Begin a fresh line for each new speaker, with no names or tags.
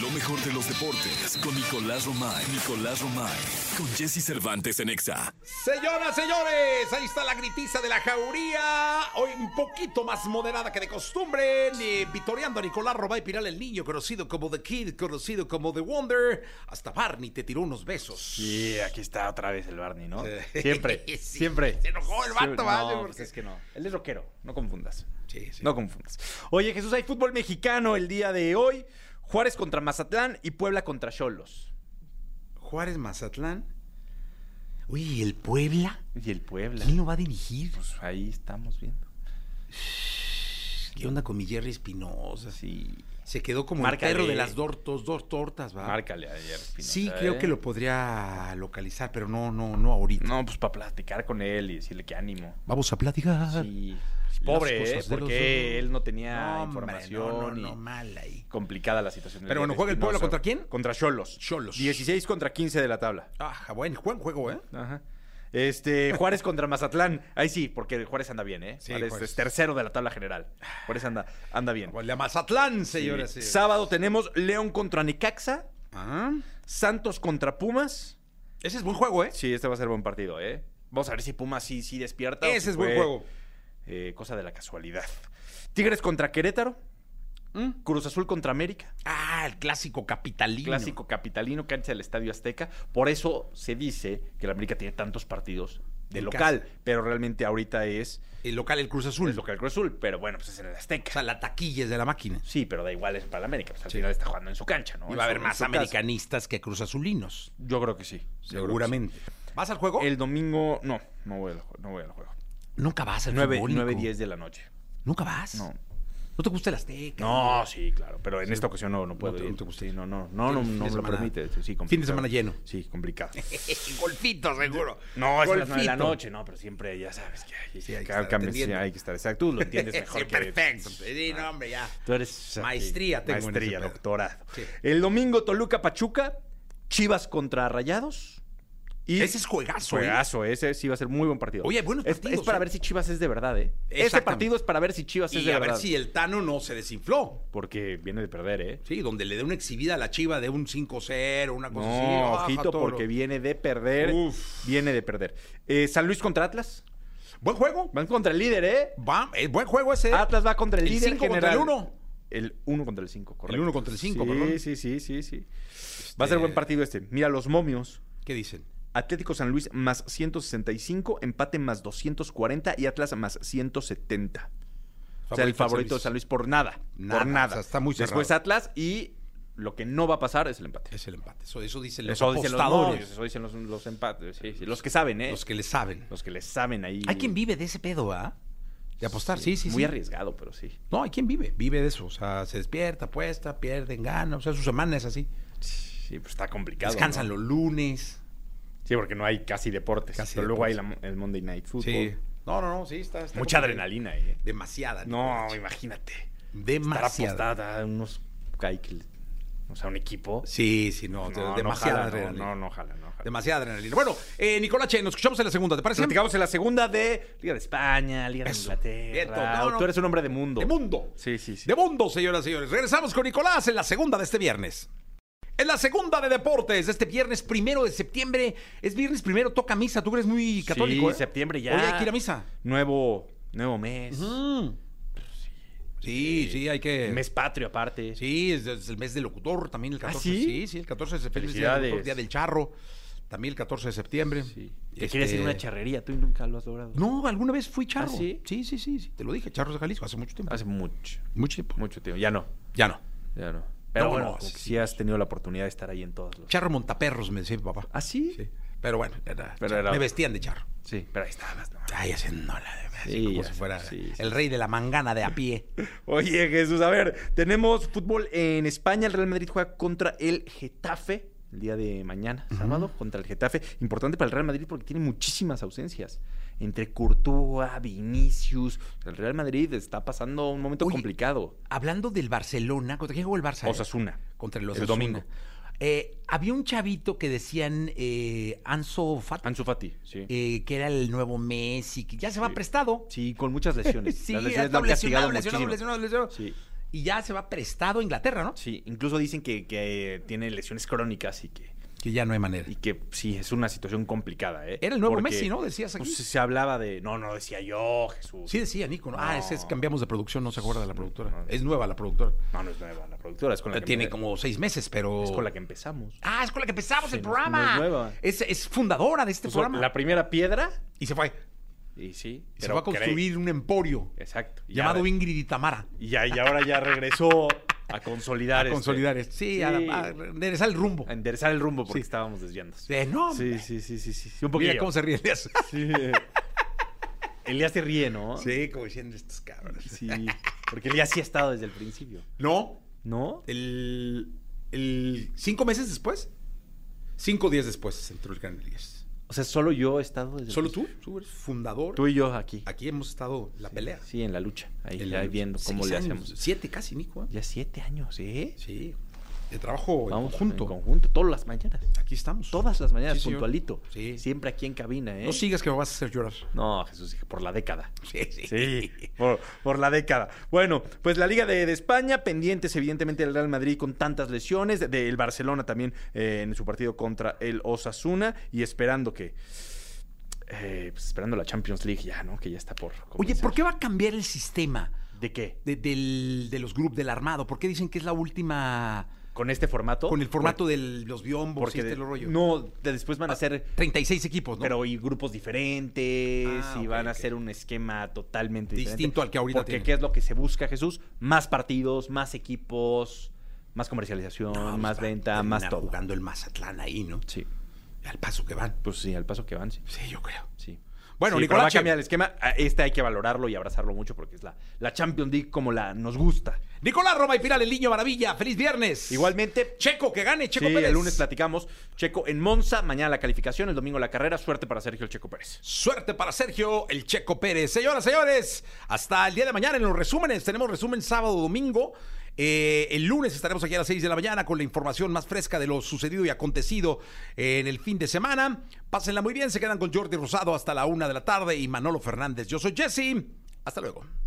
Lo mejor de los deportes con Nicolás Romay. Nicolás Romay. Con Jesse Cervantes en Exa.
Señoras, señores, ahí está la gritiza de la jauría. Hoy un poquito más moderada que de costumbre. Eh, vitoreando a Nicolás Robay Piral, el niño conocido como The Kid, conocido como The Wonder. Hasta Barney te tiró unos besos.
Sí, aquí está otra vez el Barney, ¿no? Siempre,
Sí.
siempre.
Se enojó el vato,
Siempre-
vale,
no,
porque-
pues es que no. Él es rockero, no confundas.
Sí, sí.
No confundas. Oye, Jesús, hay fútbol mexicano el día de hoy. Juárez contra Mazatlán y Puebla contra Cholos.
Juárez Mazatlán. Uy, el Puebla?
Y el Puebla.
¿Quién lo va a dirigir?
Pues ahí estamos viendo.
¿Qué onda con mi Jerry Espinosa?
Sí.
Se quedó como
Márcale.
el perro de las dos, dos, dos tortas, ¿va?
Ah. Márcale ayer. Espinosa,
Sí, creo
¿eh?
que lo podría localizar, pero no, no, no ahorita.
No, pues para platicar con él y decirle que ánimo.
Vamos a platicar.
Sí.
Ah. Las
Pobre, ¿eh?
cosas de los
Porque
dos.
él no tenía
No, hombre,
información.
No, no, no,
y-
mal ahí.
complicada la situación. del
Pero bueno,
de
¿juega el Puebla
Espinosa.
contra quién?
Contra Cholos.
Cholos.
16 contra 15 de la tabla.
Ah, bueno, buen juego, ¿eh?
Ajá. Este, Juárez contra Mazatlán. Ahí sí, porque Juárez anda bien, ¿eh?
Sí,
Juárez
Juárez.
es tercero de la tabla general. Juárez anda, anda bien.
Bueno, a Mazatlán, señores.
Sí.
sí.
Sábado tenemos León contra Necaxa,
Ah,
Santos contra Pumas.
Ese es buen juego, ¿eh?
Sí, este va a ser buen partido, ¿eh? Vamos a ver si Pumas sí, sí despierta. o
Ese
si
es buen
fue,
juego.
eh, cosa de la casualidad. Tigres contra Querétaro,
¿Mm?
Cruz Azul contra América.
Ah, el clásico capitalino.
clásico capitalino, cancha del Estadio Azteca. Por eso se dice que la América tiene tantos partidos de
En
local,
casa.
pero realmente ahorita es,
El local, el Cruz Azul.
es local Cruz Azul, pero bueno, pues es en el
O
Azteca.
sea, la taquilla es de la máquina.
Sí, pero da igual es para la América, pues al
Sí.
final está jugando en su cancha, ¿no?
Y va a
En
haber
su- en
más
su casa.
americanistas que Cruz Azulinos.
Yo creo que sí. yo creo que
Seguramente. ¿Vas al juego?
sí. El domingo, no, no voy al, ju- no voy al juego.
Nunca vas al
9,
fútbol, Nico.
10 de la noche.
¿Nunca vas?
No.
¿No te gusta el Azteca?
No, sí, claro, pero en esta ocasión no, no puedo
te-
ir.
no te gusta.
Sí, no, no, no, no,
Fin de
no me lo
semana.
permite. Sí,
Fin de
complicado.
semana lleno.
Sí, complicado.
Golfito, seguro.
No, es a las
Golfito.
nueve de la noche, no, pero siempre ya sabes que hay,
Sí, hay que
cada
estar
cambio sí
atendiendo.
hay que estar exacto. Tú lo entiendes mejor
Sí,
que
perfecto. Sí, no, hombre, ya.
Tú eres aquí,
Maestría tengo en ese
maestría,
pedo.
doctorado.
Sí.
El domingo Toluca Pachuca, Chivas contra Rayados. Y
Ese es juegazo, ¿eh?
Juegazo, ese sí va a ser muy buen partido.
Oye, buenos
Es- Es,
partidos,
para
¿eh?
ver si Chivas es de verdad, ¿eh? Este
Exactamente.
partido es para ver si Chivas es
Y
de
a
verdad.
ver si el Tano no se desinfló.
Porque viene de perder, ¿eh?
Sí, donde le dé una exhibida a la chiva de un 5-0, una cosa así.
No,
pues Baja,
ojito,
toro.
porque viene de perder.
Uf.
Viene de perder. Eh, San Luis contra Atlas.
Buen juego.
Van contra el líder, ¿eh?
Va, eh, buen juego ese.
Atlas va contra el,
El
líder
cinco contra
general.
el uno.
El 1 contra el 5, correcto.
uno contra el cinco,
sí,
perdón.
Sí, sí, sí, sí. Va a ser buen partido este. Mira, los momios.
¿Qué dicen?
Atlético San Luis más 165, empate más 240 y Atlas más 170. o sea, el favorito de San Luis por nada.
Nada,
por
o
nada.
sea, está muy cerrado.
Después Atlas y lo que no va a pasar es el empate.
Es el empate. Eso, eso dicen los
eso dicen los
apostadores.
momios, eso dicen los, los empates. sí, sí, los que saben, ¿eh?
los que le saben.
Los que les saben ahí.
Hay quien vive de ese pedo, ¿ah? De apostar, sí, sí, sí.
Muy arriesgado, pero sí.
No, hay quien vive, vive de eso. O sea, se despierta, apuesta, pierden, gana. O sea, su semana es así.
Sí, pues está complicado.
Descansan
¿no?
los lunes.
Sí, porque no hay casi deportes.
Casi
pero luego hay
deportes.
la- el Monday Night Football.
Sí. No, no, no, sí, está. está
Mucha
como-
adrenalina, ¿eh?
Demasiada.
No,
Nicolás.
imagínate. Estar
demasiada.
apostada a unos... ay, que le- O sea, un equipo.
Sí, sí, no. de- demasiada
no, jala, no,
adrenalina.
no, no jala, no jala.
Demasiada adrenalina. Bueno, eh, Nicolache, nos escuchamos en la segunda, ¿te parece?
Platicamos en la segunda de Liga de España, Liga de
Eso.
Inglaterra.
Bien, no, no.
Tú eres un hombre de mundo.
De mundo.
Sí, sí, sí.
De mundo, señoras y señores. Regresamos con Nicolás en la segunda de este viernes. En la segunda de deportes, este viernes primero de septiembre. Es viernes primero, toca misa. Tú eres muy católico.
Sí,
¿eh?
septiembre ya. Mm.
Hoy hay que ir a misa.
Nuevo, nuevo mes.
Sí, sí, hay que.
Mes patrio aparte.
Sí, es, es el mes del locutor, también el 14.
Ah, sí?
sí, el 14 de septiembre es el día del,
Felicidades.
locutor, día del charro. También el 14 de septiembre.
Sí. Te
Este,
quieres ir a una charrería, tú nunca lo has logrado.
No, alguna vez fui charro.
¿Ah, sí?
sí, sí, sí, sí, Te lo dije, charros de Jalisco, hace mucho tiempo.
Hace mucho,
mucho tiempo.
mucho tiempo. Ya no,
Ya no.
ya no. Pero
No,
bueno,
no,
como
sí,
que sí has tenido la oportunidad de estar ahí en todos los...
Charro Montaperros, me decía mi papá.
¿Ah, sí?
Sí. Pero bueno, era-
Pero era-
me vestían de charro.
Sí, pero ahí estabas, ¿no?
Ay, haciéndola de así
Sí,
como
ya
si
sé,
fuera
sí, sí.
el rey de la mangana de a pie.
Oye, Jesús, a ver, tenemos fútbol en España. El Real Madrid juega contra el Getafe el día de mañana, sábado, contra el Getafe. Importante para el Real Madrid porque tiene muchísimas ausencias. Entre Courtois, Vinicius. El Real Madrid está pasando un momento
Oye,
complicado.
Hablando del Barcelona, ¿contra quién jugó el Barça? eh?
Osasuna.
Contra el
El
Osasuna.
domingo.
Eh, había un chavito que decían eh, Anso Fati,
Ansu Fati, sí.
eh, que era el nuevo Messi, que ya se va
Sí.
prestado.
Sí, con muchas lesiones.
Sí,
Las
ha
lesiones lo
estado
han castigado
lesionado, lesionado,
muchísimo.
lesionado, lesionado.
Sí.
y ya se va prestado a Inglaterra, ¿no?
Sí, incluso dicen que, que tiene lesiones crónicas y que,
Que ya no hay manera.
y que sí, es una situación complicada, ¿eh?
Era el nuevo
Porque,
Messi, ¿no? Decías aquí.
pues, se hablaba de. No, no decía yo, Jesús.
Sí decía Nico, ¿no? Ah, ese es,
No.
cambiamos de producción, no se acuerda de la productora.
no.
Es nueva la productora.
No, no es nueva la productora, es con la que
Tiene
empe-
como seis meses, pero...
es con la que empezamos.
Ah, es con la que empezamos
Sí,
el
no es- no es
programa.
nueva.
Es, es fundadora de este
Puso
programa.
la primera piedra
Y se fue.
y sí.
Se
pero
va a
cree-
construir un emporio
Exacto. y
llamado
ahora-
Ingrid y Tamara.
Y, ya- y ahora ya regresó a consolidar.
A
este-
consolidar esto. Sí,
Sí.
A, a regresar el rumbo.
a enderezar el rumbo porque
Sí.
estábamos desviando. Sí,
De no.
sí,
hombre.
sí, sí, sí, sí, Un poquito.
Mira cómo se ríe Elías.
Sí. Elías se ríe, ¿no?
Sí, como diciendo estos cabros.
Sí. Porque Elías sí ha estado desde el principio.
No,
¿No?
el, el- cinco meses después, cinco días después entró el canal Elías.
O sea, solo yo he estado desde el
Solo
principio.
tú, tú eres fundador.
Tú y yo aquí.
Aquí hemos estado la pelea.
Sí, en la lucha. Ahí,
En
ahí
la-
viendo cómo
seis
le
años,
hacemos.
Siete casi, Nico. ¿eh?
Ya siete años, ¿eh?
Sí, de trabajo en conjunto.
En conjunto, todas las mañanas.
Aquí estamos.
Todas las mañanas,
Sí, señor.
puntualito.
Sí.
Siempre aquí en cabina, ¿eh?
No sigas que me vas a hacer llorar.
No, Jesús, dije, por la década.
Sí, sí.
Sí, por, por la década. Bueno, pues la Liga de, de España, pendientes evidentemente del Real Madrid con tantas lesiones, de- del Barcelona también eh, en su partido contra el Osasuna y esperando que... eh, pues esperando la Champions League ya, ¿no? Que ya está por...
Oye,
comenzar.
¿por qué va a cambiar el sistema
¿De qué?
de, del- de los grupos del armado? ¿Por qué dicen que es la última
¿Con este formato?
con el formato de los biombos
porque
y este
de-
lo rollo?
No, de- después van a ser...
36 equipos, ¿no?
Pero y grupos diferentes
Ah,
y
ok,
van a
ok.
hacer un esquema totalmente diferente.
Distinto al que ahorita
Porque
tienen.
¿qué es lo que se busca, Jesús? Más partidos, más equipos, más comercialización,
No, pues,
más
va,
venta,
termina
más todo.
jugando el Mazatlán ahí, ¿no?
Sí.
Al paso que van.
Pues sí, al paso que van, sí.
Sí, yo creo.
sí.
Bueno,
Sí, pero va a
Nicolache.
cambiar el esquema. A Este hay que valorarlo y abrazarlo mucho porque es la, la Champions League como la nos gusta.
Nicolás Roma y Piral, el niño maravilla. Feliz viernes.
Igualmente,
Checo, que gane, Checo
sí,
Pérez.
el lunes platicamos. Checo en Monza, mañana la calificación, el domingo la carrera. Suerte para Sergio el Checo Pérez.
Suerte para Sergio, el Checo Pérez. Señoras, señores, hasta el día de mañana en los resúmenes. Tenemos resumen sábado, domingo. Eh, el lunes estaremos aquí a las 6 de la mañana con la información más fresca de lo sucedido y acontecido en el fin de semana. Pásenla muy bien, se quedan con Jordi Rosado hasta la una de la tarde y Manolo Fernández. Yo soy Jesse. Hasta luego.